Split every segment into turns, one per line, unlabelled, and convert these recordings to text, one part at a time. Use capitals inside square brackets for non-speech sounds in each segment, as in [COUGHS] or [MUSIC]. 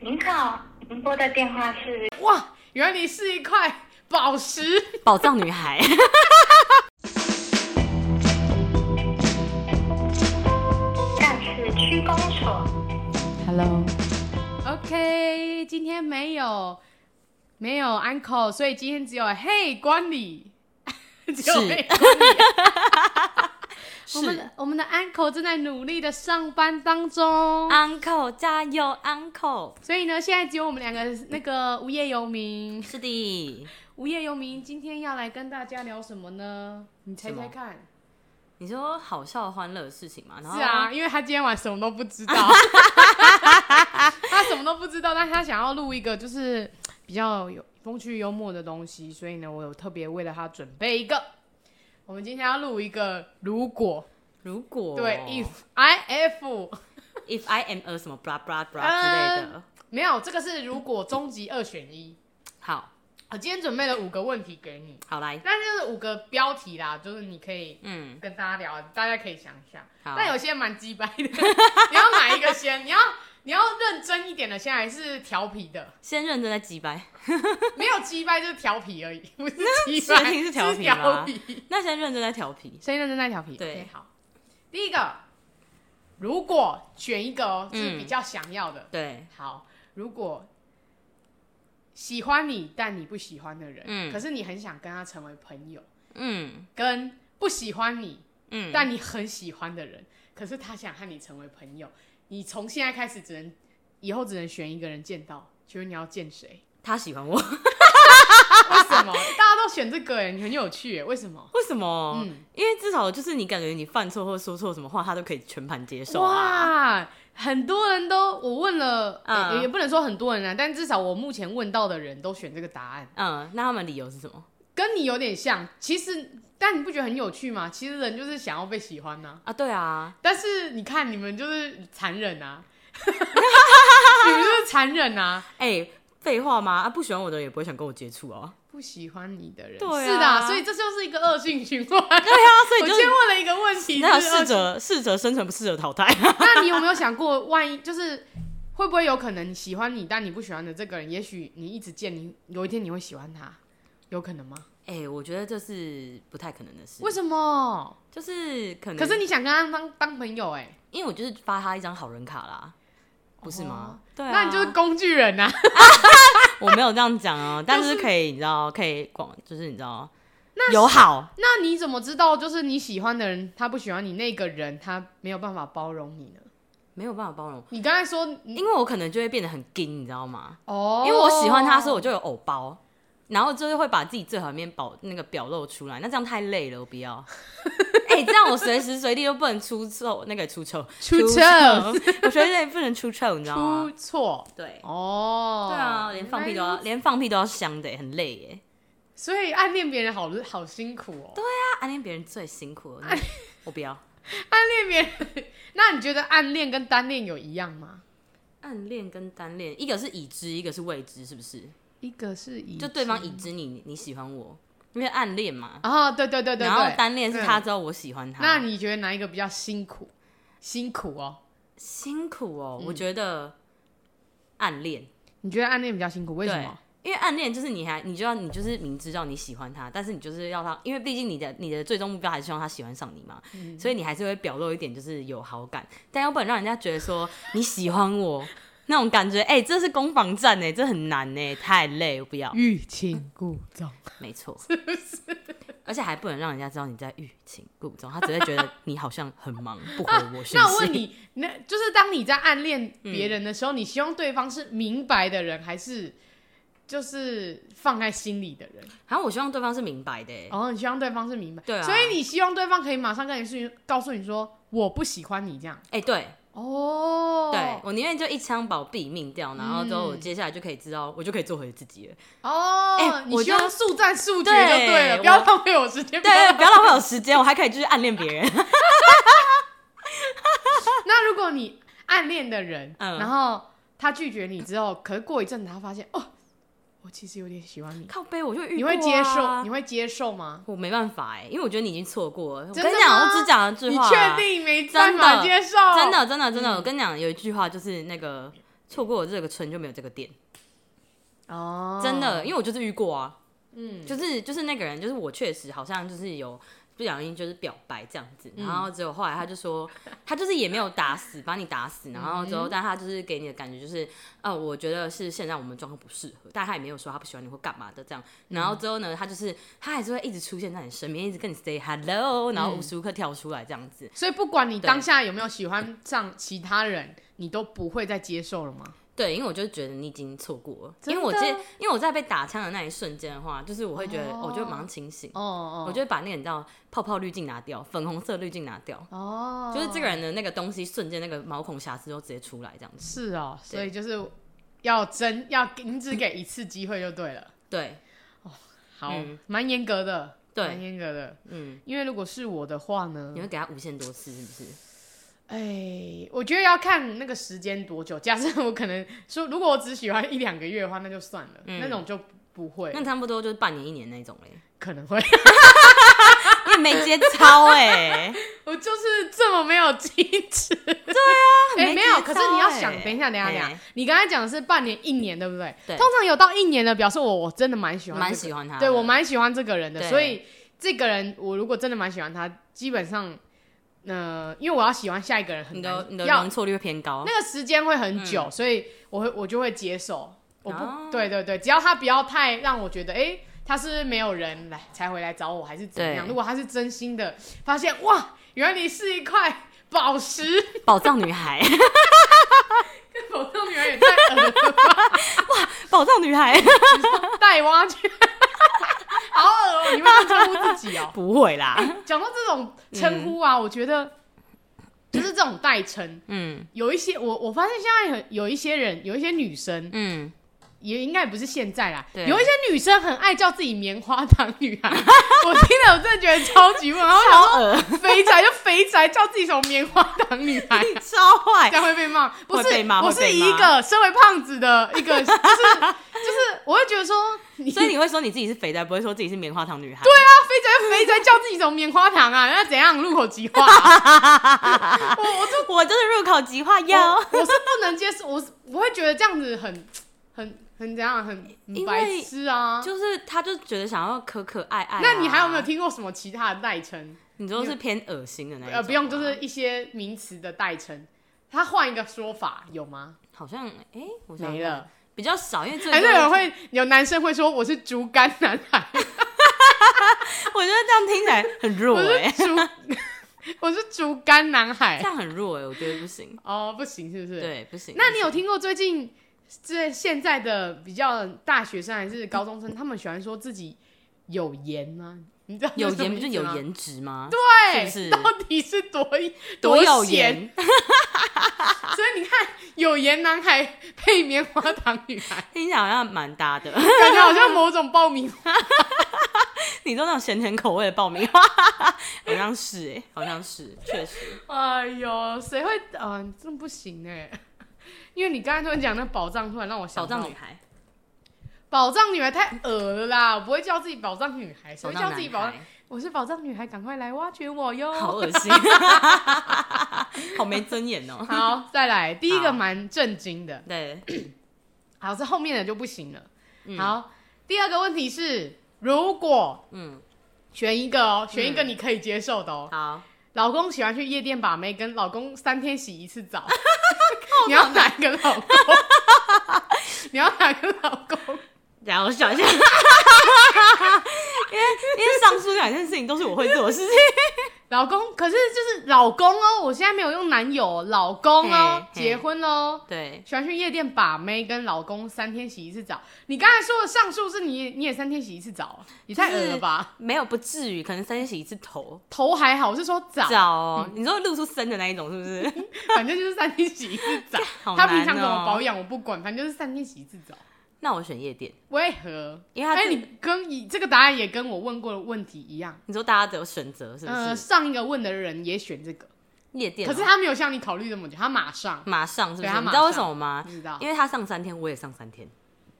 您好，您拨的电话是
哇，原来你是一块宝石。
宝藏女孩。
下次区公所。
Hello，
[LAUGHS] OK，今天没有没有 uncle，所以今天只有嘿管理， [LAUGHS] 只有
是
嘿管理。
是
我们的我们的 uncle 正在努力的上班当中，
Uncle 加油，Uncle。
所以呢，现在只有我们两个那个无业游民。
是的，
无业游民今天要来跟大家聊什么呢？你猜
什
猜
么
看。
你说好笑欢乐的事情嘛？然后
是啊，，因为他今天晚什么都不知道，他什么都不知道，但他想要录一个就是比较有风趣幽默的东西，所以呢，我有特别为了他准备一个。我们今天要录一个，如果
如果
对、if I F
if I am a 什么 blah blah
呃
blah 之类的，
没有这个是如果终极二选一。
好，
我今天准备了五个问题给你，
好来，
那就是五个标题啦，就是你可以
嗯，
跟大家聊，大家可以想一下。
好
但有些蛮鸡掰的， [LAUGHS] 你要哪一个先？你要你要认真一点的先，还是调皮的？
先认真的击败， [LAUGHS]
没有鸡掰就是调皮而已， [LAUGHS] 不是鸡
确
掰，
定是调
调
皮吗那先认真的调皮，
先认真再调皮。
对
OK，好。第一个，如果选一个哦，是
嗯
比较想要的。
对，
好，如果喜欢你但你不喜欢的人，
嗯
可是你很想跟他成为朋友，
嗯
跟不喜欢你
嗯，
但你很喜欢的人，可是他想和你成为朋友，你从现在开始只能，以后只能选一个人见到，请问你要见谁？
他喜欢我， [LAUGHS]
为什么？大家都选这个哎，你很有趣哎，为什么？
为什么？
嗯
因为至少就是你感觉你犯错或说错什么话，他都可以全盘接受啊。
哇，很多人都我问了，
嗯
也也不能说很多人啊，但至少我目前问到的人都选这个答案，
嗯，那他们理由是什么
跟你有点像。其实，但你不觉得很有趣吗？其实人就是想要被喜欢呐、
啊？对啊，
但是你看你们就是残忍啊， [LAUGHS]
[LAUGHS]
你们就是残忍啊。
哎、废话吗？啊，不喜欢我的也不会想跟我接触哦。
不喜欢你的人，
对啊
是的，所以这就是一个恶性循环。
对啊，所以
我
就
先
是
问了一个问题，
那要啊
就是恶
适者适者生存，不适者淘汰。 [LAUGHS]
那你有没有想过，万一就是会不会有可能你喜欢你，但你不喜欢的这个人，也许你一直见你，有一天你会喜欢他，有可能吗？
哎、我觉得这是不太可能的事。
为什么？
就是可能，
可是你想跟他当当朋友、哎，
因为我就是发他一张好人卡啦，不是吗？对、啊，
那你就是工具人啊呐、
我没有这样讲哦、但是可以，你知道，可以广，就是你知道，友好
[LAUGHS] 那你怎么知道就是你喜欢的人，他不喜欢你那个人，他没有办法包容你呢？
没有办法包容，
你刚才说你
因为我可能就会变得很硬，你知道吗？
哦，
因为我喜欢他，所以我就有偶包，然后就是会把自己最好的面保那个表露出来。那这样太累了，我不要。 [LAUGHS] 哎、这样我随时随地都不能出臭，那个出臭，
出臭
我随时不能出臭，你知道
出
吗？
错
对，
哦，
对啊，连放屁都要，连放屁都要香的，很累耶。
所以暗恋别人好好辛苦哦。对，
啊，暗恋别人最辛苦
[LAUGHS]
了，我不要。
暗恋别人， [LAUGHS] 那你觉得暗恋跟单恋有一样吗？
暗恋跟单恋，一个是已知，一个是未知，是不是？
一个是已
就对方已知你你喜欢我，因为暗恋嘛。
啊、对对对对对，
然后单恋是他
嗯
知道我喜欢他，
那你觉得哪一个比较辛苦？辛苦哦，
辛苦哦。
嗯
我觉得暗恋，
你觉得暗恋比较辛苦？为什
对
么？，
因为暗恋就是你还你就要你就是明知道你喜欢他，但是你就是要他，因为毕竟你的你的最终目标还是希望他喜欢上你嘛，
嗯
所以你还是会表露一点就是有好感，但要不然让人家觉得说你喜欢我那种感觉，哎、这是攻防战哎、这很难哎、太累，我
[LAUGHS]
不要。
欲擒故纵，
没错，而且还不能让人家知道你在欲擒故纵，他只会觉得你好像很忙，不回我讯息。
[LAUGHS] 那我问，你，那就是当你在暗恋别人的时候，
嗯
你希望对方是明白的人，还是就是放在心里的人？
好像我希望对方是明白的欸、
然哦后你希望对方是明白，
对啊
所以你希望对方可以马上跟你说，告诉你说我不喜欢你这样。
哎、对
哦，
对，，我宁愿就一枪把我毙命掉，然后之后我
嗯
接下来就可以知道，我就可以做回自己了。 [LAUGHS]
哦，
哎
你
我
希
觉
望
得
速战速决
对
就对了，
我
不要浪费我时间。不要
对，
浪
不要浪费我时间，我还可以继续暗恋别人。
那如果你暗恋的人，
嗯
然后他拒绝你之后，可是过一阵子他发现，哦，我其实有点喜欢你，
[LAUGHS] 靠背，我就遇
你
过啊
会接受？你会接受吗？
我没办法哎、因为我觉得你已经错过了。我
真
跟
的
你讲，
吗
我只讲了一句
你
话，
确定没办哦
真
法
的
接受？
嗯真的，真的，真的，我跟你讲，有一句话就是那个“错过了这个村就没有这个店，
哦
真的，因为我就是遇过啊，
嗯，
就是就是那个人，就是我确实好像就是有不小心就是表白这样子，
嗯
然后只有后来他就说，他就是也没有打死把你打死，然后
嗯
之后但他就是给你的感觉就是，呃，我觉得是现在我们状况不适合，但他也没有说他不喜欢你或干嘛的这样，然
嗯
后之后呢，他就是他还是会一直出现在你身边，一直跟你 say hello，然后
嗯
无时无刻跳出来这样子，
所以不管你当下有没有喜欢上其他人，你都不会再接受了吗？
对，因为我就觉得你已经错过了，
真
因
的
为我接，因为我在被打枪的那一瞬间的话，就是我会觉得，
哦
我就马上清醒，
哦哦，
我就会把那个你知道泡泡滤镜拿掉，粉红色滤镜拿掉，
哦，
就是这个人的那个东西瞬间那个毛孔瑕疵都直接出来这样子。
是哦，
对
所以就是要真要你只给一次机会就对了。
对，
好
嗯，
蛮严、格的，
对
蛮严格的。
嗯，
因为如果是我的话呢
你，会给他无限多次是不是？
哎、我觉得要看那个时间多久。假设我可能说，如果我只喜欢一两个月的话，那就算了，
嗯
那种就不会，
那差不多就是半年一年那种嘞，
[LAUGHS] 可能会。
因为没接操
欸
哎、
我就是这么没有矜持。对啊， [LAUGHS] 哎、没有。
没节
可
操
是你要
欸
想，等一下，等一下，等一
哎
下，你刚才讲的是半年、一年，对不对？
对
通常有到一年的，表示我我真的蛮喜欢、
蛮喜欢他的
对我蛮喜欢这个人的，
对
所以这个人我如果真的蛮喜欢他，基本上，呃，因为我要喜欢下一个人很
你
难
的，你的
要
容错率会偏高。
那个时间会很久，所以我会我就会接受。我不、
哦
对对对，只要他不要太让我觉得，哎、他是不是没有人来才回来找我，还是怎么样？
对
如果他是真心的，发现哇，原来你是一块宝石，
[LAUGHS] 宝藏女孩，
宝藏 [LAUGHS] 女人也太恶了吧，
宝藏女孩
带挖去， [LAUGHS] 好恶哦、你会这样称呼自己哦、
不会啦。
讲到这种称呼啊，我觉得就是这种代称，
嗯
有一些我我发现现在有有一些人，有一些女生，
嗯，
也应该不是现在啦，
对
有一些女生很爱叫自己棉花糖女
[LAUGHS]
孩，我听了我真的觉得超级问号，我想
超恶， [LAUGHS]
说肥宅就肥宅叫自己什么棉花糖女
[LAUGHS]
孩。
超坏
这。样会被骂，不是
会被骂？
我
会
是
被骂
一个身为胖子的一个，就是就是，我会觉得说，你
所以你会说你自己是肥宅，不会说自己是棉花糖女孩。
对啊，肥宅肥宅叫自己什么棉花糖啊？那怎样入口即化、我我
我就是入口即化药，
我我是不能接受，我是我会觉得这样子很很很怎样，很很
因为
白痴啊。
就是他就觉得想要可可爱爱啊、
那你还有没有听过什么其他的代称？
你说是偏恶心的那一种、啊
呃，不用，就是一些名词的代称。他换一个说法有吗？
好像哎、我想
没了，
比较少，因为最
还是
多
有人会有男生会说我是竹竿男孩，
[LAUGHS] 我觉得这样听起来很弱
我
哎、
是竹， [LAUGHS] 我是竹竿男
这
孩。
样很弱哎、我觉得不行，
哦，不行，是不是？。
对，不行。
那你有听过最近这现在的比较大学生还是高中生，他们喜欢说自己有颜吗？你知道
有
这是什
颜
么
不就
意思
有
吗？
颜值吗？
对，
是不是
到底是多
多有
闲？
颜，
所以你看，有颜男孩配棉花糖女孩， [LAUGHS]
听起来好像蛮搭的。 [LAUGHS]
感觉好像某种爆米花。
你说那种咸甜口味的爆米花，好像是哎、好像是，确实。
哎呦，谁会？嗯、呃，真不行哎、因为你刚才突然讲那宝藏，突然让我想
宝
到
藏女孩，
宝藏女孩太恶了啦！我不会叫自己宝藏女孩，谁
宝
会
藏
叫自己
男
宝藏
孩？，
我是宝藏女孩，赶快来挖掘我哟！
好恶
[LAUGHS]
心，好没尊严哦、
好，再来第一
好
个蛮震惊的，
对，
好，这后面的就不行了。好，第二个问题是，如果
嗯，
选一个哦，选一个你可以接受的哦。
好，
老公喜欢去夜店把妹，跟老公三天洗一次
[LAUGHS]
澡，你要哪一个老公？ [LAUGHS] 你要哪个老公？
然后我想一下， [LAUGHS] 因为因为上述两件事情都是我会做的事情，
老公，可是就是老公哦，我现在没有用男友哦，老公哦，
嘿嘿
结婚喽。
[LAUGHS] 对，
喜欢去夜店把妹，跟老公三天洗一次澡。你刚才说的上述是你，你也三天洗一次澡，也太恶了吧？
没有不至于，可能三天洗一次头，
头还好，我是说澡，
澡哦，你说露出生的那一种是不是？。
反正就是三天洗一次澡
[LAUGHS] 好
他
难哦哦
平常怎么保养我不管，反正就是三天洗一次澡。
[LAUGHS] 那我选夜店，
为何？
因为他
哎、
自
你跟你这个答案也跟我问过的问题一样。
你说大家只有选择是不
呃，
是？
上一个问的人也选这个，
夜店哦，
可是他没有像你考虑这么久，他马上
马上是不
对
是？
他
你知道
马
为什
上
么吗
不？知道。
因为他上三天，我也上三天，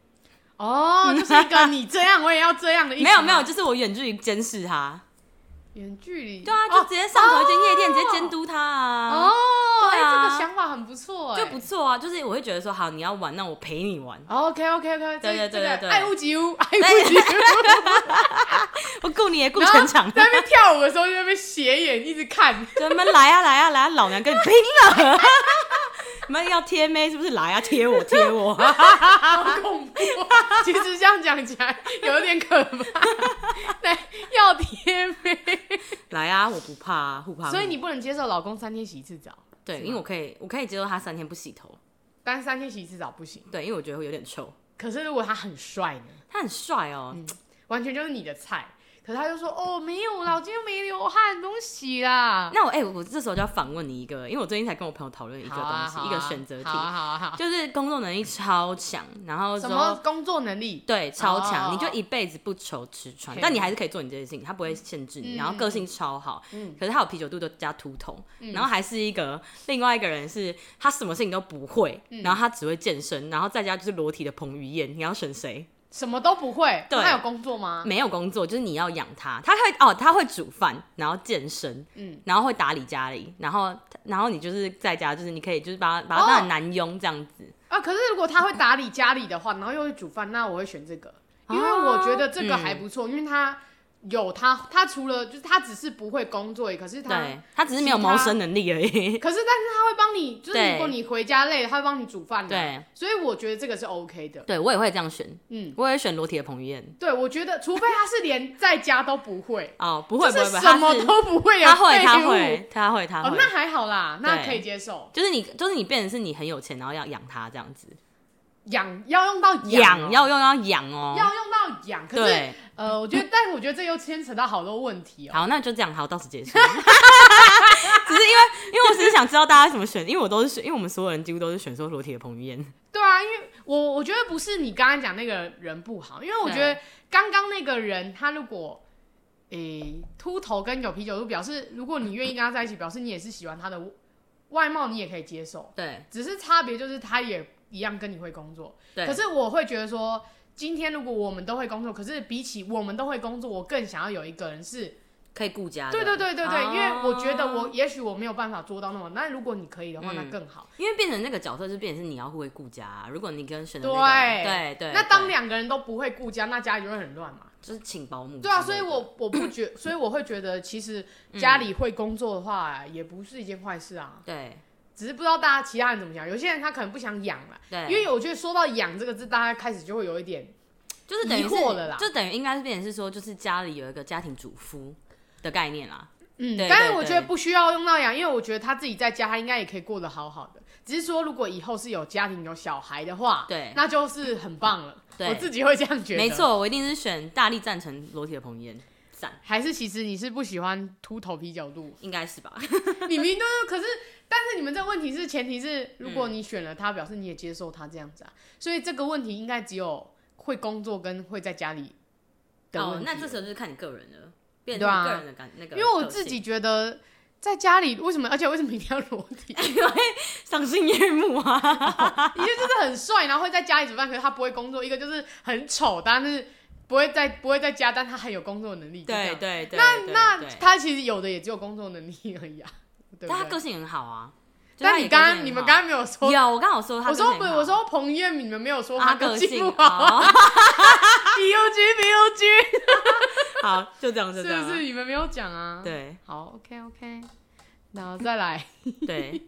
[LAUGHS] 哦，就是一个你这样我也要这样的意思。
没有没有，，就是我远距离监视他，
远距离，
对啊，就直接上同一间夜店，直接监督他啊，
哦，哎、
对啊
这个想法很不错、哎，
就不错啊。就是我会觉得说，好，你要玩，那我陪你玩，
OK OK OK，
对对对对哎对
爱屋及乌， [LAUGHS] 爱屋
[LAUGHS]
及乌，
我顾你也顾
然后
全场，
在那边跳舞的时候就在那边斜眼一直看，
专门来啊来啊来啊，老娘跟你拼了！ [LAUGHS] 你们要贴妹是不是？来啊，贴我贴我！ [LAUGHS]
好恐怖。其实这样讲起来有点可
[LAUGHS]
怕，对，要贴妹，
来啊，我不怕、啊，不怕。
所以你不能接受老公三天洗一次澡，
对，因为我可以，我可以接受他三天不洗头。
但是三天洗一次澡不行。
对，因为我觉得会有点臭。
可是如果他很帅呢，
他很帅哦、
嗯完全就是你的菜。可是他就说哦没有啦，我今天没流汗，不用洗啦。
那我哎、我这时候就要反问你一个，因为我最近才跟我朋友讨论一个
好
东西，
啊好啊
一个选择题，
好啊好啊好啊
就是工作能力超强，然后
什么
说
工作能力？
对超强，
哦
你就一辈子不愁吃穿
嘿，
但你还是可以做你这件事情，他不会限制你，
嗯
然后个性超好，可是他有啤酒肚都加秃头，
嗯
然后还是一个另外一个人是他什么事情都不会，
嗯
然后他只会健身，然后在家就是裸体的彭于晏，你要选谁？
什么都不会？
对
他有工作吗？
没有工作，就是你要养他。他会哦，他会煮饭，然后健身，
嗯
然后会打理家里，然后然后你就是在家，就是你可以就是把他把他
哦
当成男佣这样子。
啊，可是如果他会打理家里的话，然后又会煮饭，那我会选这个，因为我觉得这
啊嗯
个还不错，因为他有他，他除了就是他只是不会工作而已，可是啊他，
对他只是没有谋生能力而已。 [LAUGHS]
可是但是他会帮你，就是
对
如果你回家累了，他会帮你煮饭的、
对，
所以我觉得这个是 OK 的。
对我也会这样选，
嗯，
我也会选裸体的彭于晏。
对，我觉得除非他是连在家都不会，
哦，不
不
会不
是
会，不会
什么
他是
都不会的
他会
废
他
物
会他会他
哦，
会
那，还好啦，那
对
可以接受。
就是你就是你变成是你很有钱，然后要养他这样子，
养要用到哦
养要用要养哦。
要用到养，可是
对，
呃，我觉得，但我觉得这又牵扯到好多问题哦、
好，那就这样，好，到此结束。 [LAUGHS] 只是因为，因为我只是想知道大家怎么选，因为我都是选，因为我们所有人几乎都是选说裸体的彭于晏。
对啊，因为我我觉得不是你刚刚讲那个人不好，因为我觉得刚刚那个人他如果诶、秃头跟有啤酒肚，表示如果你愿意跟他在一起，表示你也是喜欢他的外貌，你也可以接受，
对
只是差别就是他也一样跟你会工作。
对
可是我会觉得说，今天如果我们都会工作，可是比起我们都会工作，我更想要有一个人是，
可以顾家的。
对对对对对，
哦
因为我觉得我也许我没有办法做到那么，那如果你可以的话，
嗯
那更好。
因为变成那个角色，就变成是你要会顾家、啊。如果你跟选的那
对
个人对对，
那当
对嗯
两个人都不会顾家，那家里就会很乱嘛。
就是请保姆之类的。
对啊，所以我我不
[LAUGHS]
觉，所以我会觉得，其实家里会工作的话，也不是一件坏事啊。
对
只是不知道大家其他人怎么想，有些人他可能不想养了，
对，
因为我觉得说到养这个字，大家开始就会有一点，
就是等于
疑
是
惑了啦
就等于应该是变成是说，就是家里有一个家庭主夫的概念啦。
嗯，
对
但是
对
我觉
对
得不需要用到养，因为我觉得他自己在家，他应该也可以过得好好的。只是说，如果以后是有家庭有小孩的话，
对
那就是很棒了。
对
我自己会这样觉得。
没，错，我一定是选大力赞成裸体的彭于晏，赞
还是其实你是不喜欢秃头啤酒肚， [LAUGHS]
应该是吧？
你明明就是，可是，但是你们这个问题是，前提是如果你选了他，表示你也接受他这样子啊，所以这个问题应该只有会工作跟会在家里的
哦
问，题。
那这时候就是看你个人了，变
对
成
啊
你个人的感、那个
因
个性，
为我
[LAUGHS]
自己觉得在家里为什么，而且为什么一定要裸体？
赏心悦目啊，
一个就是很帅，然后会在家里煮饭，可是他不会工作；一个就是很丑，但是不会在不会在家，但他很有工作能力。就这
对
样，
对对，
那
对
那
对
他其实有的也只有工作能力 [LAUGHS] 而已啊，对
但他
不
个
对？
性很好啊，就他
但
也
你
个性
刚
很
刚你们
好
刚刚没有说
有我刚好说他
我
个性
说
很好，
不，我说彭于晏，你们没有说
他
个
个
性
性
不好。
哦
B U G B U G，
[LAUGHS] 好，就这样就是这样
不，是你们没有讲啊？，
对
好，OK OK，然后再来， [LAUGHS]
对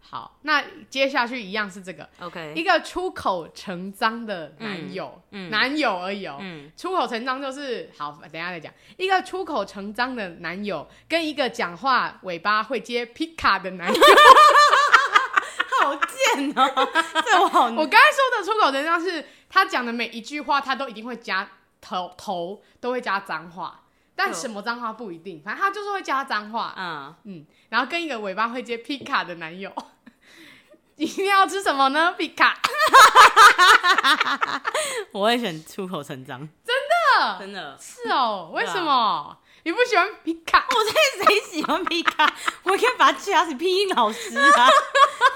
好，那接下去一样是这个，一
，OK，
个出口成章的男友，
嗯嗯
男友而已哦。 [LAUGHS]
嗯，
出口成章就是好，等一下再讲。一个出口成章的男友，跟一个讲话尾巴会接皮卡的男友。
好贱哦，这我好
我刚才说的出口成章是，他讲的每一句话，他都一定会加头头都会加脏话，但
哦
什么脏话不一定，反正他就是会加脏话。
嗯，
嗯，然后跟一个尾巴会接皮卡的男友， [LAUGHS] 一定要吃什么呢？皮卡，
我会选出口成章，真的真
[LAUGHS]
的，
是哦，为什么？你不喜欢皮卡？
我在谁喜欢皮卡？我应该把他掐死，拼音老师啊！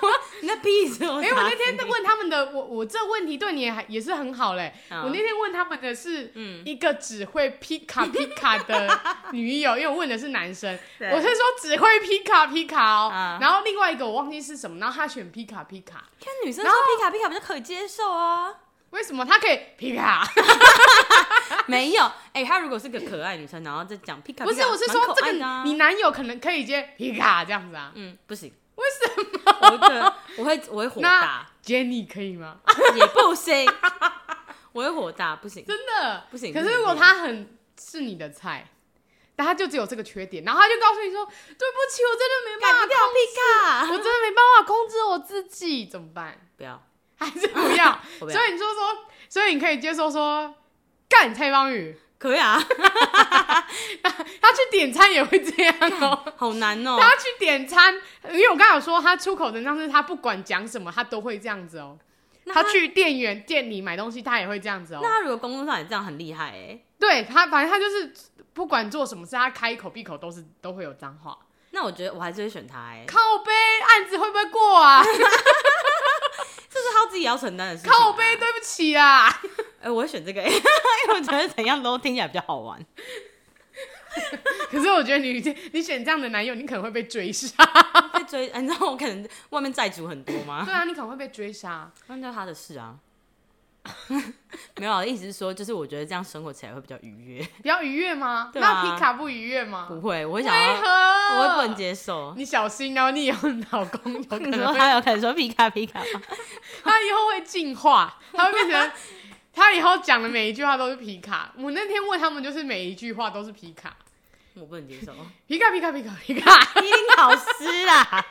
我你在逼
[LAUGHS]
什么？
哎、我那天问他们的，我我这问题对你也还也是很好嘞、
嗯
我那天问他们的是，一个只会皮
[LAUGHS]
卡皮卡的女友，因为我问的是男生，
对
我是说只会皮卡皮卡哦、
嗯
然后另外一个我忘记是什么，然后他选皮卡皮卡，
看女生说皮卡皮卡比较可接受啊。
为什么他可以皮
[LAUGHS]
卡？
没有，哎、她如果是个可爱女生，然后再讲皮卡，
不是，我是说这个你
你，
男友可能可以接皮卡这样子啊？
啊嗯，不 [LAUGHS] 行，
为什么？
我会觉得我会我会火
那
大，
Jenny 可以吗？
也不行，我会火大，不行。
真的
不行
可
不
是
行
如果
不行
他很是你的菜，但他就只有这个缺点，然后他就告诉你说：“对不起，我真的没办
干
法
不掉
控，
皮卡，
我真的没办法控制我自己，怎么办？ [LAUGHS]
不要，
还是不要？
[LAUGHS] 我不要
所以你说说，所以你可以接受说，干蔡邦宇， [LAUGHS]
可以 [LAUGHS] 啊，
他去点餐也会这样哦、
好难哦、
他去点餐，因为我刚才有说他出口成章，是他不管讲什么，他都会这样子哦、
那
他去店员店里买东西，他也会这样子哦、
那他如果工作上也这样很厉害哎、
对他，反正他就是不管做什么事，他开口闭口都是都会有脏话。
那我觉得我还是会选他哎、
靠背案子会不会过啊？ [LAUGHS]
这是他自己要承担的事情啊。
靠背，对不起啊， [LAUGHS]
哎、我会选这个、欸， [LAUGHS] 因为我觉得怎样都听起来比较好玩。
可是我觉得你你选这样的男友，你可能会被追杀。
被追，哎你知道我可能外面债主很多吗？
对啊，你可能会被追杀。
[COUGHS] 那就他的事啊。 [LAUGHS] 没有啊，意思是说，就是我觉得这样生活起来会比较愉悦。
比较愉悦吗？
对
那
啊
皮卡不啊愉悦吗？
不会，我会
为
想要，
何？
我会不能。接受。
你小心哦，你以后老公 [LAUGHS] 有可
你说
能会，
他有可能说皮卡皮卡吗，
他以后会进化，他会变成。 [LAUGHS] 他以后讲的每一句话都是皮卡。我那天问他们，就是每一句话都是皮卡，
[LAUGHS] 我不能接 [LAUGHS] 受。音
皮卡皮卡皮卡皮卡， [LAUGHS]
老师啦，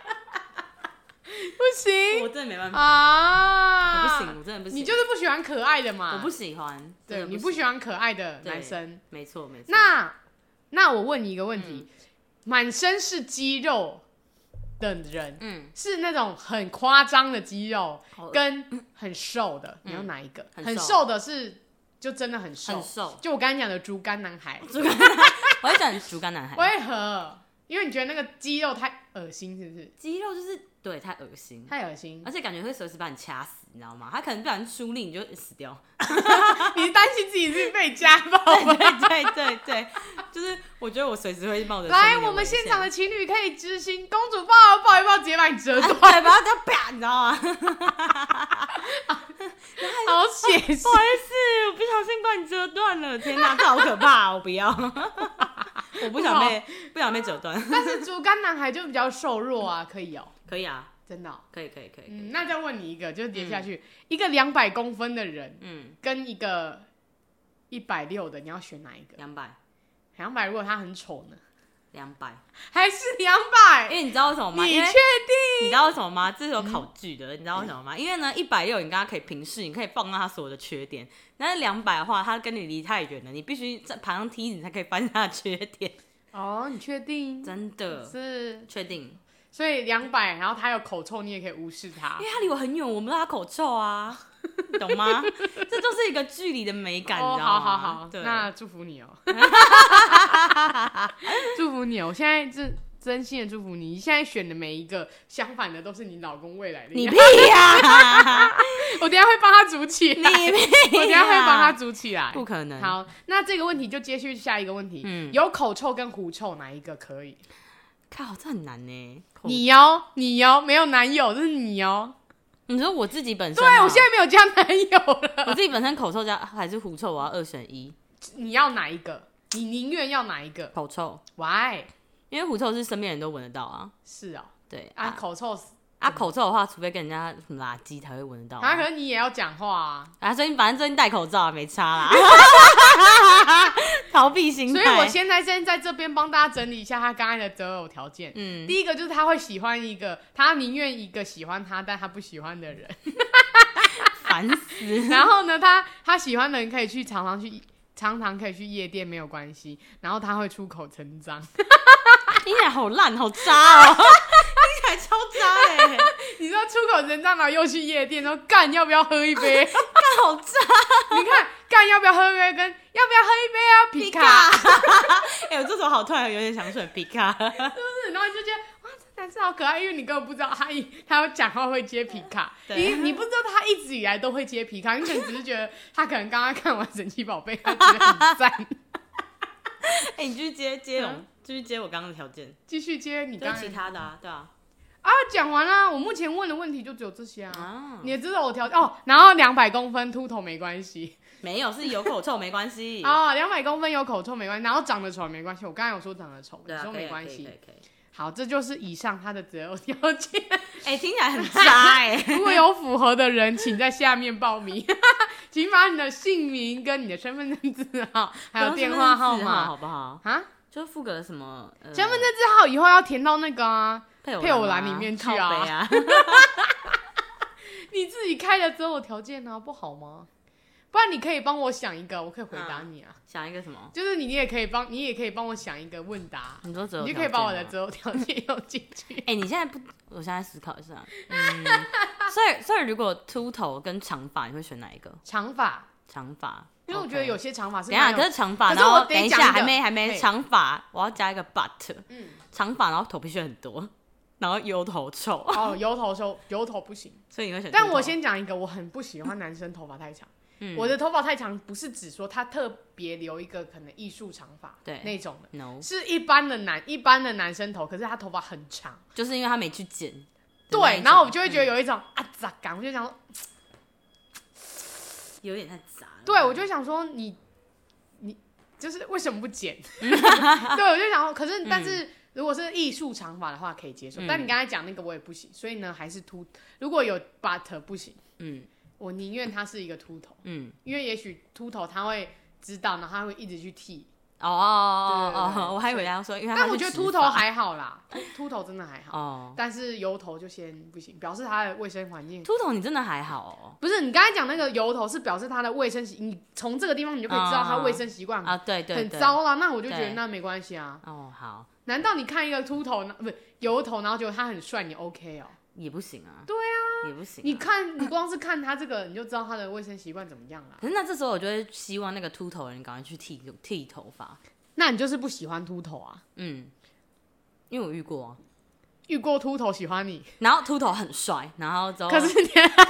不
我
行
真的没 [LAUGHS] 办法，我
啊！
不行，我真的不行，
你就是不喜欢可爱的嘛？
我不喜欢，
对，
真的
你
不
不喜欢可爱的
对嗯
男生。
没错没错。
那那我问你一个问题：满、身是肌肉的人，
嗯，
是那种很夸张的肌肉，
好恶
跟很瘦的，你要哪一个？
哦嗯很
很
瘦
瘦的是就真的很瘦，
很瘦哦
就我刚才讲的竹竿男孩，
竹竿，我会选竹竿男孩。
为何？因为你觉得那个肌肉太恶心，是不是？
肌肉就是对太恶心，
太恶心，
而且感觉会随时把你掐死，你知道吗？他可能不小心出力你就死掉。 [LAUGHS]
你是担心自己是被家暴
对
吗？
对对对，就是我觉得我随时会冒着生
来，
命的
我们
危险
现场的情侣可以知心，公主抱啊抱一抱，直接把你折
啊
断
[LAUGHS] 对，，把它这样啪，你知道吗？不好哎
好血腥。
意思，我不小心把你折断了，天哪，这好可怕、我不 [LAUGHS] 要，我不想被不想被折断，
[LAUGHS] 但是竹竿男孩就比较瘦弱啊，可以哦、
可以啊，
真的哦、
可以可以可以，
嗯，那再问你一个，就是叠下去，一个两百公分的人
嗯，
跟一个一百六的，你要选哪一个？
两百
两百，如果他很丑呢？
两百，
还是两
因
百？
哎为你知道为什么吗？
你
因为
确定？
你知道为什么吗？这
嗯
是有考据的，你知道为什么吗？因为呢，一百六你跟他可以平视，你可以放大他所有的缺点；但是两百的话，他跟你离太远了，你必须在爬上梯子你才可以翻他的缺点。
哦，你确定？
真的，
是，
确定？
所以两百，然后他有口臭，你也可以无视他
因。为他离我很远，我不知道他口臭啊， [LAUGHS] 你懂吗？这就是一个距离的美感，
哦，
你知道吗？
好好好，
对，
那祝福你哦， [LAUGHS] 祝福你哦！我现在真真心的祝福你，你现在选的每一个相反的都是你老公未来的样子。
你屁呀、 [LAUGHS]
我等一下会帮他组起
你
来，
屁、
我
呀！
等一下会帮他，组起来。
不可能。
好，那这个问题就接续下一个问题。
嗯
有口臭跟狐臭哪一个可以？
靠，这很难呢。口
你哦，你哦，没有男友，这是你哦。
你说我自己本身
对
啊、，
我现在没有交男友了。 [LAUGHS]
我自己本身口臭加还是狐臭，我要二选一。
你要哪一个？你宁愿要哪一个
口臭，
？Why？
因为狐臭是身边人都闻得到啊。
是哦，
对
啊，
啊
口臭死，
啊，口臭的话，除非跟人家什么垃圾才会闻得到
啊，可
啊。
是你也要讲话啊。
啊，最近反正最近戴口罩啊，没差
[LAUGHS]
啦，逃避心
所
态。
以我现在先在这边帮大家整理一下他刚才的择偶条件。
嗯，
第一个就是他会喜欢一个，他宁愿一个喜欢他但他不喜欢的人。 [LAUGHS]
烦死。
然后呢，他他喜欢的人可以去常常去，常常可以去夜店没有关系。然后他会出口成章， [LAUGHS]
听起来好烂，好渣哦！听起来就
超渣哎、你知道出口成章，然后又去夜店，说干要不要喝一杯？ [LAUGHS]
好渣，
你看干要不要喝一杯，跟要不要喝一杯啊，皮卡，
哎、我这首好突然有点想选皮卡，
[LAUGHS] 是，然后你就觉得哇，这男生好可爱，因为你根本不知道他一他讲话会接皮卡，
嗯对
你
[LAUGHS]
你不知道他一直以来都会接皮卡，你可能只是觉得他可能刚刚看完《神奇宝贝》，他觉得很赞，
哎、你继续接接龙
嗯，
继续接我刚刚的条件，
继续接你
就
刚
是其
刚
他的啊，对啊，
啊，讲完啦，我目前问的问题就只有这些啊。
啊，
你也知道我条哦，然后两百公分秃头没关系
没有是有口臭没关系，
哦，两百公分有口臭没关系，然后长得丑也没关系。我刚才有说长得丑，
对
你
啊，
说
可以
没
啊
关
可以
系
可。以可以，
好，这就是以上他的择偶条件。
哎、听起来很渣哎、
[LAUGHS] 如果有符合的人，请在下面报名， [LAUGHS] 请把你的姓名跟你的身份证字号，还有电话号码
好不好？
啊，
就附个什么、呃、
身份证字号以后要填到那个啊，
配偶
配偶栏
栏啊
里面去
靠
啊
北
[LAUGHS]
啊，
你自己开的择偶条件啊，不好吗？不然你可以帮我想一个，我可以回答你啊。
想一个什么？
就是你，你也可以帮，你也可以帮我想一个问答，
你说择偶
你就
条
可以把我的
件吗啊
择偶条件用进去。
哎、你现在不，我现在思考一下。嗯， [LAUGHS] 所以所以如果秃头跟长发，你会选哪一个？
长发，
[LAUGHS] 长发，
因为我觉得
OK
有些长发是
等一下，
蛮有
可是长发，
可是
然后
我得
等一
讲
下，
一个
还没还没
嘿
长发，我要加一个 but，
嗯，
长发，然后头皮屑很多， [LAUGHS] 然后油头臭，
哦，油头说油头不
[LAUGHS]
行。
所以你会选秃头？
但我先讲一个，我很不喜欢男生头发太长。
嗯
我的头发太长不是指说他特别留一个可能艺术长发
对
那种的，
no，
是一般的男一般的男生头，可是他头发很长。
就是因为他没去剪的那一种。
对，然后我就会觉得
嗯
有一种、啊咋感，我就想说，
有点太杂了。
对我就想说你你就是为什么不剪？
[LAUGHS]
对，我就想说，可是但是。如果是艺术长发的话，可以接受。
嗯
但你刚才讲那个我也不行，所以呢，还是秃。如果有 but 不行，
嗯
我宁愿他是一个秃头。
嗯
因为也许秃头他会知道，然后他会一直去剃。
哦哦哦
对对
哦，
对
我还以为他说，因为他
但我
去
觉得
植
秃头
发
还好啦，秃 [LAUGHS] 秃头真的还好，
哦，
但是油头就先不行，表示他的卫生环境。
秃头你真的还好
不是你刚才讲那个油头是表示他的卫生习，你从这个地方你就可以知道他卫生习
哦
惯
啊，对对
很
对，
糟啦。那我就觉得
对
那没关系啊。
哦好
难道你看一个秃头，那不是油头，然后觉得他很帅，你 OK 哦？
也不行啊，对啊，也不行啊，
你看，你光是看他这个，你就知道他的卫生习惯怎么样啦。
可是那这时候我就会希望那个秃头的人赶快去剃剃头发，
那你就是不喜欢秃头啊？
嗯，因为我遇过啊，
遇过秃头喜欢你，
然后秃头很帅，然后之后
可是你 [LAUGHS]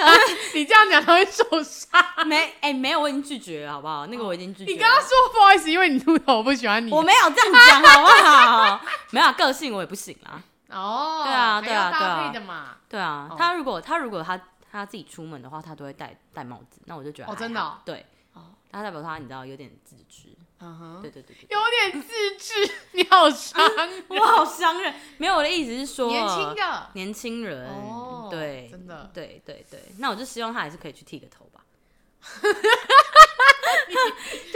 你这样讲他会受伤。
[LAUGHS] 没哎、没有，我已经拒绝了，好不好？那个我已经拒绝了。
你刚刚说不好意思，因为你秃头，我不喜欢你。啊
我没有这样讲，好不好？没有啊个性我也不行啦，
哦，
对啊
还
对啊
要搭
对啊
配的嘛。
对啊，
哦
他如果他如果他他自己出门的话，他都会戴戴帽子，那我就觉得
哦
还
真的
好
哦
对，
哦
他代表他你知道有点自知，
嗯哼，
对啊对对对 [LAUGHS]
有点自制， [LAUGHS] 你好伤人，
我好伤人，没有我的意思是说
年轻的
年轻人，
哦，
对，
真的，
对对对，那我就希望他还是可以去剃个头吧。 [LAUGHS] 就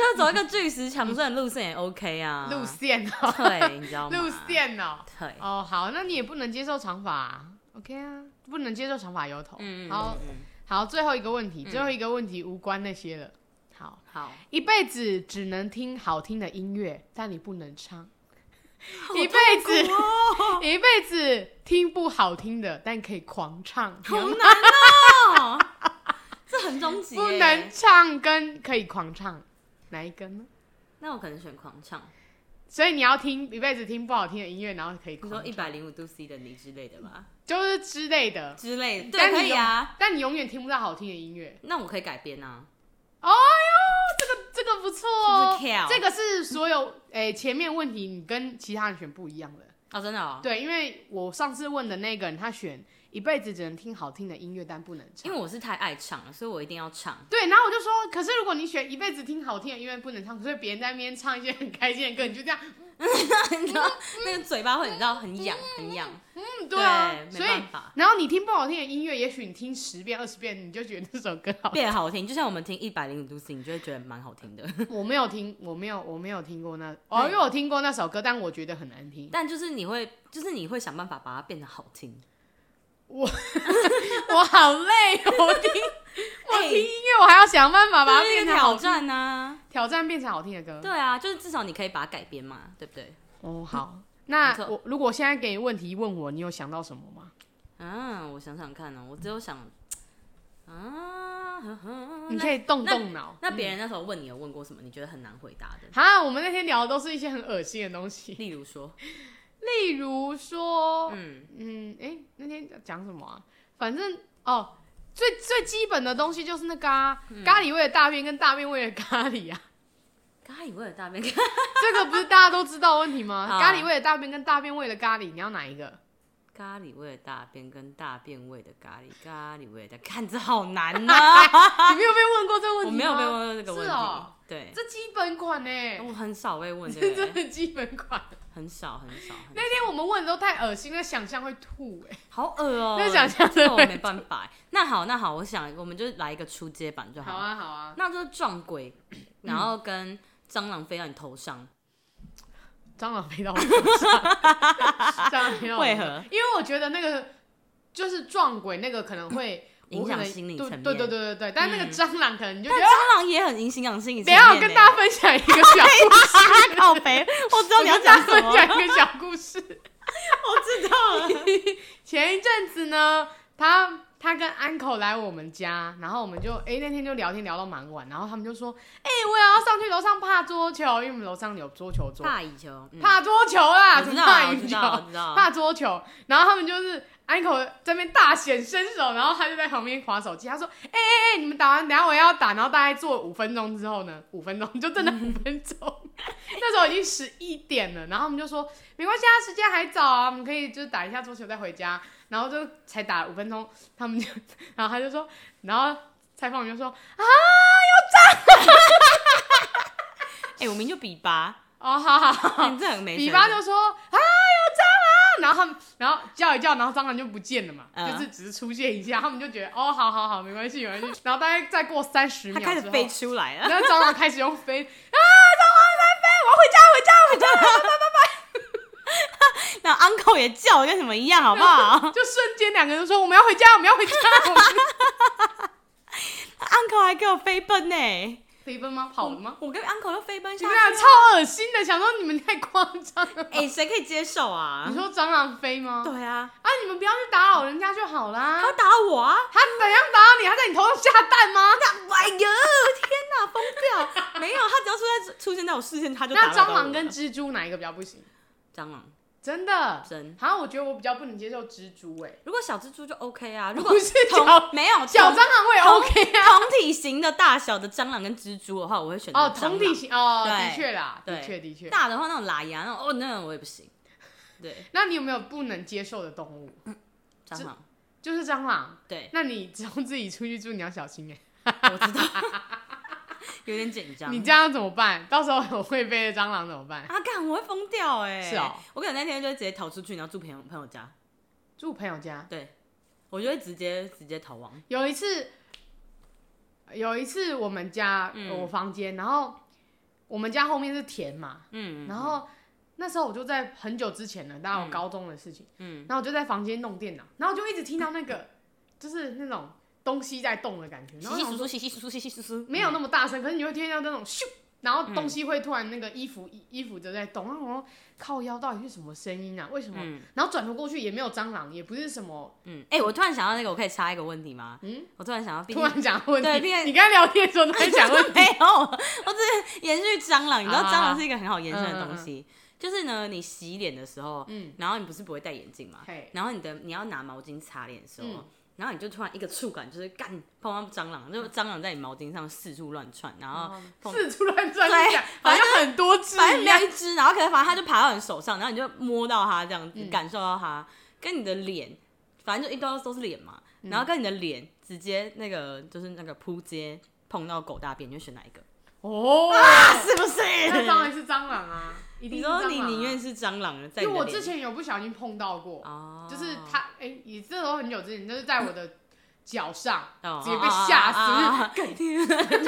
是走一个巨石强盛的路线也 OK 啊，
[LAUGHS] 路线哦，
[LAUGHS] 对，你知道吗？
路线哦，
对，
哦好，那你也不能接受长发啊，OK 啊，不能接受长发油头。
嗯，
好
嗯嗯
好，最后一个问题，最后一个问题无关那些了。好，
好，
一辈子只能听好听的音乐，但你不能
[LAUGHS]
唱。
啊
一辈子， [LAUGHS]
哦
一辈子听不好听的，但可以狂唱。
好难 [LAUGHS] 哦，这很终极耶，
不能唱跟可以狂唱，哪一个呢？
那我可能选狂唱，
所以你要听一辈子听不好听的音乐，然后可以
你
狂
说
唱，
一百零五度 C 的你之类的吧，
就是之类的。
之类的，嗯对，
但你
可以啊。
但你永远听不到好听的音乐。
那我可以改编啊，
哎呦，这个这个不错哦
是不是跳，
这个是所有诶、前面问题你跟其他人选不一样的。
哦，真的哦，
对，因为我上次问的那个人，他选一辈子只能听好听的音乐，但不能
因
唱
为。我是太爱唱了，所以我一定要 [LAUGHS] 唱。
对，然后我就说，可是如果你选一辈子听好听的音乐不能唱，所以别人在那边唱一些很开心的歌，你就这样，
你知道那个嘴巴会，你知道很痒，很痒。
嗯，对啊，
没
所以
办法。
然后你听不好听的音乐，也许你听十遍、二十遍，你就觉得这首歌好听。
变好听，就像我们听一百零五度 C，你就会觉得蛮好听的。
[LAUGHS] 我没有听，我没有，我没有听过那哦，因
嗯
为我听过那首歌，但我觉得很难听。
[LAUGHS] 但就是你会，就是你会想办法把它变得好听。
我好累哦，我听我
哎
听音乐，我还要想办法把它
这是一
变
个
成好
挑
听，
战啊！
挑战变成好听的歌。
对啊，就是至少你可以把它改编嘛，对不对？
[LAUGHS] 哦，好，
没
那
错
我如果现在给你问题问我，你有想到什么吗？
啊，我想想看哦，我只有想啊，呵呵
你可以动动脑。嗯
那别人那时候问你有问过什么？你觉得很难回答的？
哈，我们那天聊的都是一些很恶心的东西，
例如说，
[LAUGHS] 例如说，
嗯，
嗯，哎、那天讲什么啊？反正哦，最最基本的东西就是那个、啊
嗯
咖喱味的大便跟大便味的咖喱啊， [LAUGHS]
咖喱味的大便，
这个不是大家都知道的问题吗？
啊
咖喱味的大便跟大便味的咖喱，你要哪一
[LAUGHS]
个？
咖喱味的大便跟大便味的咖喱，咖喱味的，看这好
[LAUGHS]
难呢、哦
你没有被问过这个问
我
题
没有被问
过，
过这个
哦是
问题，
哦
对，
这基本款呢、
我很少被问这
这 [LAUGHS] 真
个，欸
的基本款。
很少很少，很
那天我们问的都太恶心了，想象会吐哎、
好恶哦、
那想象
这
的
个我
会
没办法。欸那好，那好，我想我们就来一个出街版就好
好
了。
啊，好啊，
那就是撞鬼，然后跟蟑螂飞到你头上，
蟑螂飞到我头上，蟑螂飞到我头上
[LAUGHS] 为何？
因为我觉得那个就是撞鬼，那个可能会
影
我可能
响心理层面
对对对对对，但那个蟑螂可能你就觉得。
但蟑螂也很影响心理
等
层
一下，
面欸。
我嗯跟大家分享一个小故事。
[LAUGHS] 靠背，我知道你要讲什么
我跟大家
了，
分享一个小故事。
我知道了。
前一阵子呢，他他跟 uncle 来我们家，然后我们就哎、那天就聊天聊到蛮晚，然后他们就说，哎、我也要上去楼上怕桌球，因为我们楼上有桌球桌，
大蚁球，嗯
怕桌球啦，
我
怎
知
么
道
怕
啊，我
羽
知
球？
道，我知道啊。
怕桌球，然后他们就是 uncle 这边大显身手，然后他就在旁边划手机，他说：“哎哎哎，你们打完，等一下我也要打。”然后大概做五分钟之后
[LAUGHS]
呢，五分钟就真的五分钟，那时候已经十一点了，然后我们就说没关系啊，时间还早啊，我们可以就是打一下桌球再回家，然后就才打了五分钟，他们就，然后他就说，然后采访员就说
哎，我明明就比八，：“
哦，好好好。”
哎你这很没
比
水
巴
准
就说啊有蟑螂，然后他们然后叫一叫，然后蟑螂就不见了嘛，
嗯
就是只是出现一下，他们就觉得哦好好好没关系没关系，然后大概再过三十
它
秒
开
之
始
后啊
飞出来了。
那蟑螂开始用飞啊蟑螂在飞，我要回家回家回家，
[LAUGHS] 那 uncle 也叫得跟什么一样，好
[LAUGHS]
不好
就瞬间两个人就说我们要回家我们要回家，我们
[LAUGHS] ？uncle 还给我飞奔呢、
飞奔吗？跑了吗？
我跟 uncle 都飞奔
你
下
们
去啊
俩。超恶心的，想说你们太夸张了。
哎、谁可以接受啊
你？说蟑螂飞吗？
对啊，
啊，你们不要去打扰人家就好啦
他。打我啊！
他怎样打扰你？他在你头上下蛋吗？
哎呦，天哪，疯掉！没有，他只要出在出现在我视线，他就打
那
扰到
蟑
我
螂跟
了
蜘蛛哪一个比较不行？
蟑螂
真的，
真。
嗯好像我觉得我比较不能接受蜘蛛、欸，
如果小蜘蛛就 OK 啊，如果
不是
同
小
没有
小
同
蟑螂我也 OK 啊。
同体型的大小的蟑螂跟蜘蛛的话，我会选择
哦，
蟑
同
螂
体型哦，
啊对
的确啦，
对
的确的确。
大的话，那种喇牙那种，哦，那种我也不行。对，
那你有没有不能接受的动物？
蟑螂，
就是蟑螂。
对，
那你之后自己出去住，你要小心哎、
我知道， [LAUGHS] 有点紧张。
你这样怎么办？到时候有会飞的蟑螂怎么办？
啊，干，我会疯掉哎、
是哦，
我可能那天就会直接逃出去，然后住朋友朋友家，
住朋友家。
对，我就会直接直接逃亡。
有一次，有一次我们家、
嗯
我房间，然后我们家后面是田嘛，
嗯，
然后那时候我就在很久之前了，大概我
嗯
高中的事情，
嗯
然后我就在房间弄电脑，然后就一直听到那个就是那种东西在动的感觉，然
稀
后
稀
想
疏
说
疏，稀稀疏疏，稀稀疏疏，
没有那么大声，可是你会听到那种咻，然后
嗯
东西会突然那个衣服衣衣服就在动，然后我说靠腰到底是什么声音啊？为什么？
嗯
然后转头过去也没有蟑螂，也不是什么，
嗯，哎、我突然想到那个，我可以插一个问题吗？
嗯，
我突然想到，毕
突
竟
然讲问题
对毕竟，
你刚才聊天的时候都在讲问题，
[LAUGHS] 没有，我只是延续蟑螂，你知道
啊
蟑螂是一个很好延伸的
嗯
东
嗯嗯
西，就是呢，你洗脸的时候，
嗯，
然后你不是不会戴眼镜嘛
嘿，
然后你的你要拿毛巾擦脸的时候。
嗯
然后你就突然一个触感，就是干碰到蟑螂，就蟑螂在你毛巾上四处乱窜，然
哦
后碰
四处乱转
对
讲，好
反
像很多只
反正
一
没有
样，
一只，然后可能反正它就爬到你手上，然后你就摸到它这样子，感受到它跟你的脸，反正就一都都是脸嘛，然后跟你的脸直接那个就是那个扑街碰到狗大便，你会选哪一个？ [LAUGHS]
哦，
是不是？
那当然是蟑螂啊，一定
你
是蟑螂、
说
啊。
你宁愿是蟑螂了，在
因
你
为我
的脸
之前有不小心碰到过，
哦，
就是它，哎、也这时候很久之前，就是在我的脚上、
哦
直接被吓死，
哦哦哦哦
就是干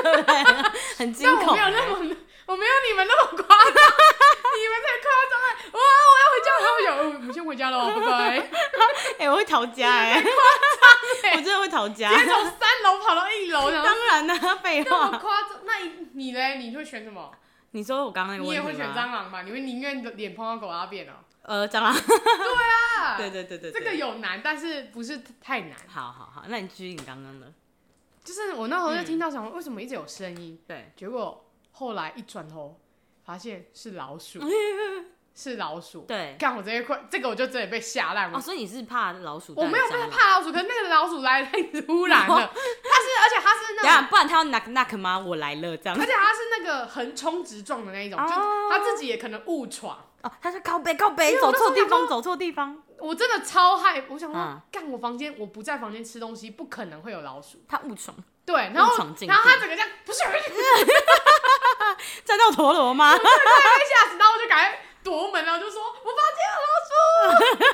很惊
但我
恐哎
没有那么， [LAUGHS] 我没有你们那么夸张，啊你们太夸张了。哇，我要回家，然后我想，哦我们先回家喽，拜拜。
哎，我会逃家哎，我真的会逃家
直，接从三楼跑到一楼，然后
当然啦，废
那么
话，
夸张，那你你嘞，你会选什么？
你说我刚刚那个
你
问题
也会
吗
选蟑螂吧？你会宁愿脸碰到狗拉便哦、
呃，蟑螂。
啊
对对对对，对
这个有难，但是不是太难。
好好好，那你继续你刚刚的。
就是我那时候就听到想，为什么一直有声音？
对，
结果后来一转头，发现是老鼠，是老鼠。
对。
看我这一块，这个我就真的被吓烂。我、
哦，所以你是怕老鼠？
我没有被。怕老鼠，可是那个老鼠来得太突然了。它是，而且它是
等一
那
下，
种，
不然他要 knock knock 吗？我来了这样
而。且它是那个横冲直撞的那一种，就是
哦
它自己也可能误闯。
哦，他是靠背靠背，
因为我
走
那时候
错地
想
方，
说
走错地方。
我真的超害，我想
嗯
说，干、我房间，我不在房间吃东西，不可能会有老鼠。
他误闯，
对，然后
误闯禁地
然后它整个这样，不是，
站到陀
[LAUGHS]
螺吗？
被吓死，然后我就赶快夺门，然后就说：“我房间有老鼠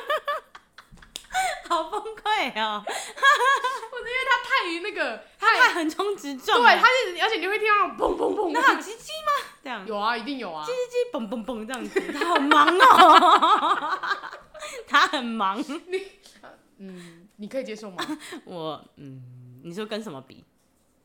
好崩溃哦！！”
我因为它太那个
他
太，
横冲直撞。啊
对，它是，而且你会听到那种砰砰砰，
那他有鸡鸡吗？这
[LAUGHS]
样，
有啊，一定有啊
叽叽。叽，嘣嘣嘣这样子，他好忙哦。 [LAUGHS] 他很忙。
嗯，你可以接受吗？
[LAUGHS] 我嗯，你说跟什么比？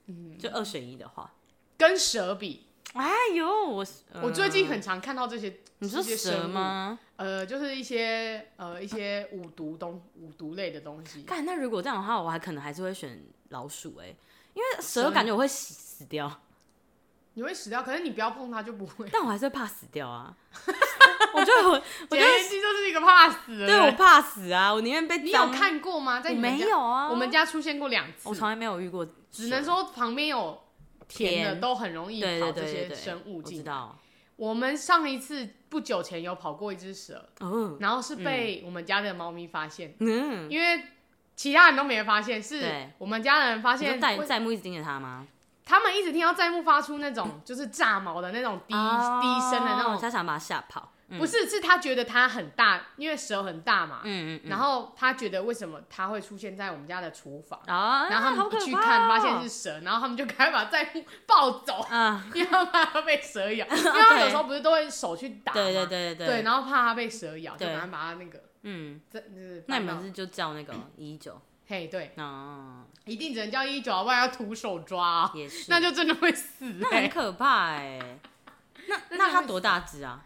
嗯，就二选一的话，
跟蛇比，
哎呦，我
我呃最近很常看到这些，
嗯你说
这些生
蛇
物？
吗？
呃，就是一些呃一些五毒东五毒类的东西。
看，那如果这样的话，我还可能还是会选老鼠哎、因为
哦蛇
蛇感觉我会死死掉，
你会死掉，可是你不要碰它就不会。
但我还是会怕死
[LAUGHS]
掉啊。我就我 [LAUGHS] 我就
杰西就是一个怕死的人。
对我怕死啊，我宁愿被
你
脏
有？看过吗？在
我
你们
没
家，
有啊，
我们家出现过两次。
我从来没有遇过蛇，
只能说旁边有甜的
甜
都很容易
对
跑
对
这
对
些
对对，
生物
我知
进。
道，
我们上一次不久前有跑过一只蛇，
嗯
然后是被我们家的猫咪发现，
嗯，
因为其他人都没发现，是
对
我们家人发
你
现
说，戴戴目一直盯着它吗？
他们一直听到在木发出那种就是炸毛的那种低
哦
低声的那种，
他想把它吓跑，嗯
不是，是他觉得它很大，因为蛇很大嘛，
嗯嗯嗯，
然后他觉得为什么它会出现在我们家的厨房，
啊，
然后他
好
们一
可
去
怕
看
哦
发现是蛇，然后他们就赶快把在木抱走。
啊，
[LAUGHS] 因为他怕它被蛇
[LAUGHS]
咬，因为他有时候不是都会手去打吗
对对对
对
对对，
然后怕它被蛇咬，就
对
赶快把它那个，
嗯，
这就是
那你
搬
们
到
是就
[CLEARS THROAT]
叫那个一九
嘿对，
啊，
一定只能叫一九啊，不然要徒手抓、啊，
也是，
那就真的会死、
那很
欸。
可怕哎，那
那
那
就
它
会
多大只啊？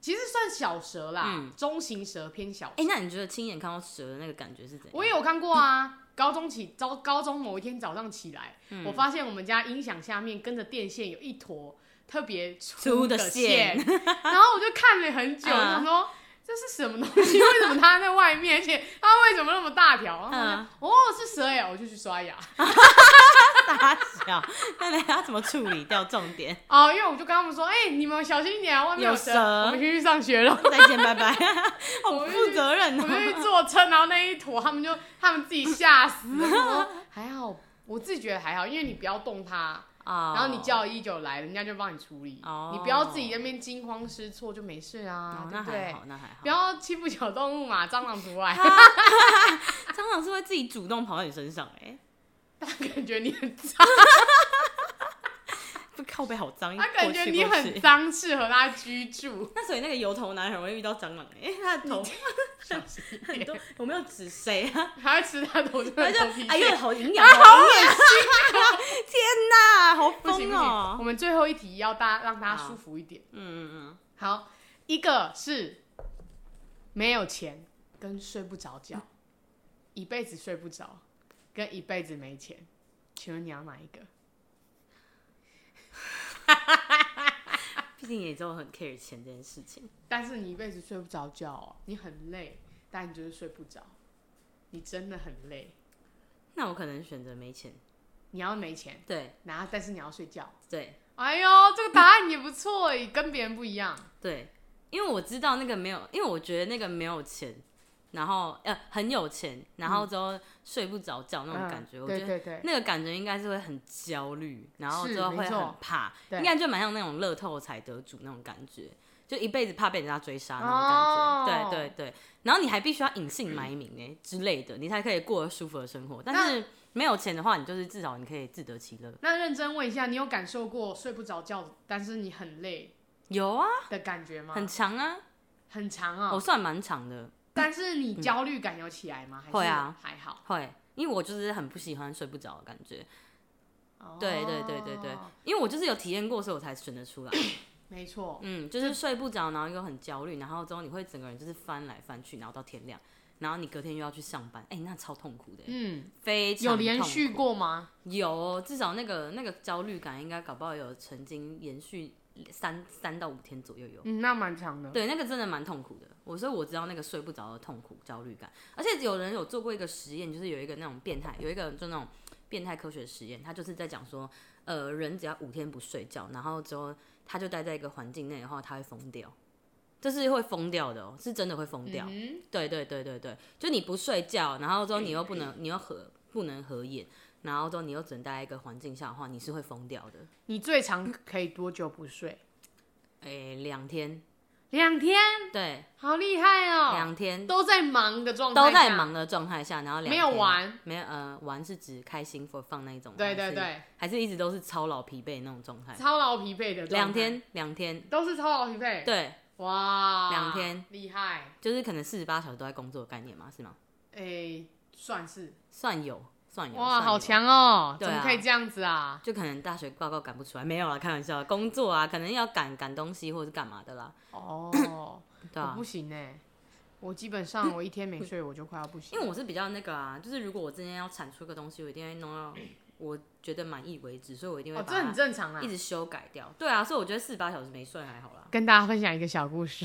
其实算小蛇啦，
嗯
中型蛇偏小蛇。
哎，那你觉得亲眼看到蛇的那个感觉是怎样？
我也有看过啊，高中起高高中某一天早上起来，
嗯
我发现我们家音响下面跟着电线有一坨特别粗
粗的
线
线， [LAUGHS]
然后我就看了很久，
嗯
我想说。这是什么东西？为什么它在外面？而且它为什么那么大条？然后我想
嗯
哦，是蛇呀！我就去啊刷牙
大小， [LAUGHS] 那你要怎么处理掉重点？ [LAUGHS]
哦，因为我就跟他们说，哎、你们小心一点啊，外面
有
蛇，
蛇
我们去上学
[LAUGHS]
了。
再见，拜拜，好不负责任
我们就去
哦。
坐车，然后那一坨他们就他们自己吓死了。我说还好，我自己觉得还好，因为你不要动它，
啊
然后你叫一九来，人家就帮你处理。
哦
你不要自己在那边惊慌失措，就没事啊，
哦
对
那
不
还
对
好，？那还好
不。
[LAUGHS]
要欺负小动物嘛，蟑螂除外。
蟑螂是会自己主动跑到你身上哎，
它感觉你很脏，
这靠背好脏，
它感觉
过去
你
过
很
去
脏，适合它居
[LAUGHS]
住。
那所以那个油头男很容易遇到蟑螂哎，他的头
小心一
很
点
多，我没有指谁啊。
[LAUGHS] 还会吃它头上
他
的
就
头皮屑。
哎
[LAUGHS]
呦，好营养，好恶 [LAUGHS] 心！天哪，好
不行
疯
不行，我
哦！
们最后一题要大家让大家舒服一点。
嗯嗯
好，一个是没有钱跟睡不着觉，一辈子睡不着，跟一辈子没钱，请问你要哪一个？
嗯，毕竟也就很 care 钱这件事情。
但是你一辈子睡不着觉、哦，你很累，但你就是睡不着，你真的很累。
那我可能选择没钱。
你要没钱，
对
然后但是你要睡觉。
对
哎呦，这个答案也不错诶，跟别人不一样。
对，因为我知道那个没有，因为我觉得那个没有钱，然后呃很有钱，然后之后睡不着觉那种感觉，
嗯
我
对
觉得。
对对，
那个感觉应该是会很焦虑，然后
是
之后
没
会
错
很怕，
对
应该就蛮像那种乐透彩得主那种感觉，就一辈子怕被人家追杀那种感觉。
哦
对对对，然后你还必须要隐姓埋名哎、之类的，你才可以过得舒服的生活。但是没有钱的话，你就是至少你可以自得其乐。
那认真问一下，你有感受过睡不着觉，但是你很累
有啊，
的感觉吗？
很长啊，
很长啊、
我算蛮长的，
但是你焦虑感有起来吗？还是
会啊，
还好。
会，因为我就是很不喜欢睡不着的感觉。
哦
对对对对对，因为我就是有体验过，所以我才选得出来。
没错，
嗯，就是睡不着，然后又很焦虑，然后之后你会整个人就是翻来翻去，然后到天亮，然后你隔天又要去上班，哎、那超痛苦的、
嗯，
非常
有连续
痛苦
过吗？
有，哦至少那个那个焦虑感应该搞不好有曾经延续三三到五天左右有。
嗯，那蛮长的。
对，那个真的蛮痛苦的。我所以我知道那个睡不着的痛苦、焦虑感。而且有人有做过一个实验，就是有一个那种变态，有一个就那种变态科学实验，他就是在讲说，呃，人只要五天不睡觉，然后之后他就待在一个环境内的话，他会疯掉。这是会疯掉的哦，是真的会疯掉。
嗯
对对对对对，就你不睡觉，然后之后你又不能，你又合不能合眼，然后之后你又只能待在一个环境下的话，你是会疯掉的。
哼，你最长可以多久不睡？
诶，两天，
两天，
对，
好厉害哦！
两天
都在忙的状态，
都在。忙的状态下，然后两
没有
天
玩，
没有呃玩是指开心 for 放那一种，
对
还
对
是，
对，
还是一直都是超老疲惫那种状态，
超劳疲惫的状态
两天两天，
都是超劳疲惫。，
对，
哇，
两天
厉害，
就是可能四十八小时都在工作的概念嘛，是吗？
哎，算是
算有算有，
哇，
算
好
有。
强哦！
对
怎
啊
么可以这样子啊？
就可能大学报告赶不出来，没有啦，开玩笑，工作啊，可能要赶赶东西或者是干嘛的啦，
哦，
对
我
啊
不。行哎，我基本上我一天没睡我就快要不行，
因为我是比较那个啊，就是如果我今天要产出一个东西，我一定会弄到我觉得满意为止，所以我一定会
哦，这
把
很
它
正常啊
一。直修改掉。对啊，所以我觉得四十八小时没睡还好啦。
跟大家分享一个小故事，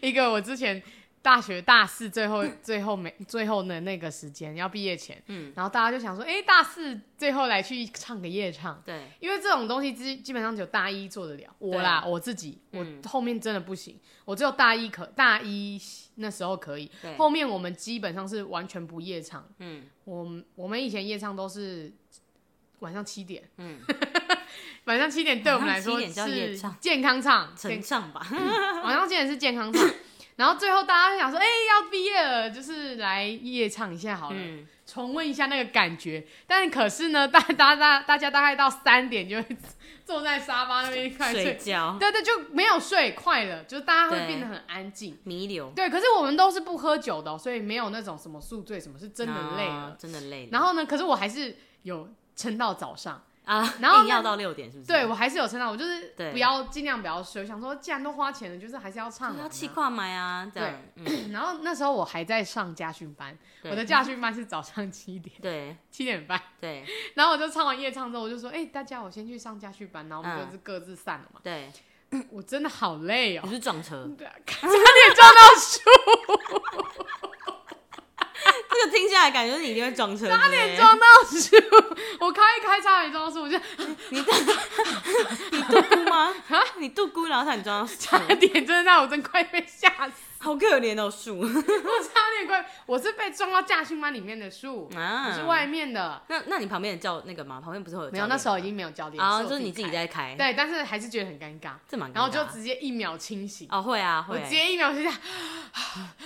一个我之前大学大四最后最后没最后的那个时间要毕业前，
嗯
然后大家就想说，哎、大四最后来去唱个夜唱。
对，
因为这种东西基基本上只有大一做得了，我啦我自己，我
嗯
后面真的不行，我只有大一可大一那时候可以，
对
后面我们基本上是完全不夜唱，
嗯
我们我们以前夜唱都是晚上七点，
嗯，
[LAUGHS] 晚上七点对我们来
晚上
说
7点叫夜
是
唱
健康唱，
成
健
上吧。
晚上七点是健康
[LAUGHS]
唱，然后最后大家就想说，哎、要毕业了，就是来夜唱一下好了，
嗯，
重温一下那个感觉。但可是呢， [LAUGHS] 大大大大家大概到三点就会坐在沙发那边快
睡
睡，
觉
对对，就没有睡快了，就是大家会
对
变得很安静。
弥留，
对，可是我们都是不喝酒的哦、所以没有那种什么宿醉什么，是真的累
啊
了。
真的累了。
然后呢，可是我还是有撑到早上，
啊，
[LAUGHS] 然后
硬要
那
到六点是不是？
对我还是有撑到，我就是
对
不要尽量不要睡，我想说既然都花钱了，就是还是要唱
就
完
是要
啊。
气跨买啊，这样。嗯，
然后那时候我还在上家训班，
对
我的家训班是早上七点 [LAUGHS]
对
七点半，
对
然后我就唱完夜唱之后，我就说，哎、大家我先去上家训班，然后我们
嗯
就是各自散了嘛。
对，
我真的好累哦
你，是撞车，
对啊 [LAUGHS] 差点撞到树，
[LAUGHS] 这个听下来感觉你一定会撞车，差点
撞到树，我开一开差点撞到树，我就 [LAUGHS]
你 [LAUGHS] 你杜姑吗？啊，你杜姑，然后差点撞到树，
差点真的让我真快被吓死，
好可怜哦，树
[LAUGHS] 我差点快，我是被撞到家训班里面的树，
啊
我是外面的，
那那你旁边的教那个吗？旁边不是会有
[LAUGHS] 没有，那时候已经没有教练，
啊，
我
就是你自己
开，
在开，
对，但是还是觉得很尴尬，
这蛮尴尬的
然后就直接一秒清醒。
哦，会啊会
我，直接一秒就这样， [LAUGHS]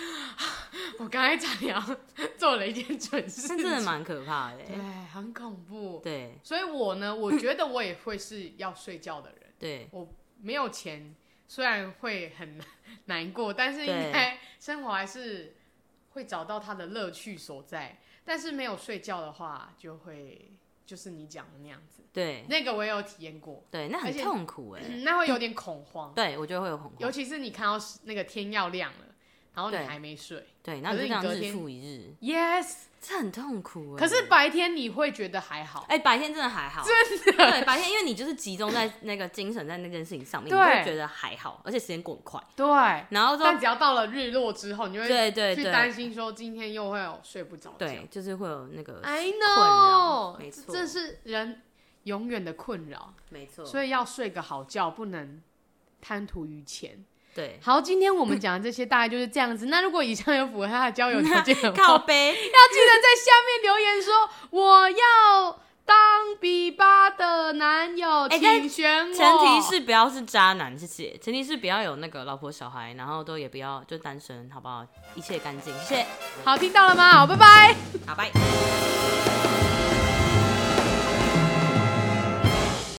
我刚才差点要做了一件蠢事
那
情，
真的蛮可怕的
对，，很恐怖。
对
所以我呢，我觉得我也会是要睡觉的人，
对
我没有钱，虽然会很 [LAUGHS] 难过，但是应
对
该生活还是会找到它的乐趣所在。但是没有睡觉的话，就会就是你讲的那样子，
对
那个我也有体验过， [CLEARS THROAT]
对，那
而
很
且嗯
痛苦哎，
那会有点恐慌，
对我觉得会有恐
尤
慌，
其是你看到那个天要亮了，然后你
对
还没睡。
对，然后
可
就是这样
你隔
日
天
复一日，
Yes，
这很痛苦哎。
可是白天你会觉得还好，
哎、白天真的还好，
真的
对白天，因为你就是集中在那个精神在那件事情上面，你
对
就会觉得还好，而且时间过很快。
对。
然后之后
但只要到了日落之后，你就会
对对
去
对
担心说今天又会有睡不着觉
对，。就是会有那个
I
扰
know，
没
这
错
这是人永远的困扰，
没错，
所以要睡个好觉，不能贪图于钱。
对
好，今天我们讲的这些大概就是这样子。那如果以上有符合他的交友条件的话，
[LAUGHS] 靠
要
背，
记得在下面留言说我要当比巴的男友，
哎但
请选我。
前提是不要是渣男，谢谢。前提是不要有那个老婆小孩，然后都也不要就单身，好不好？一切干净，谢谢，
好，听到了吗？好，拜拜。
好拜。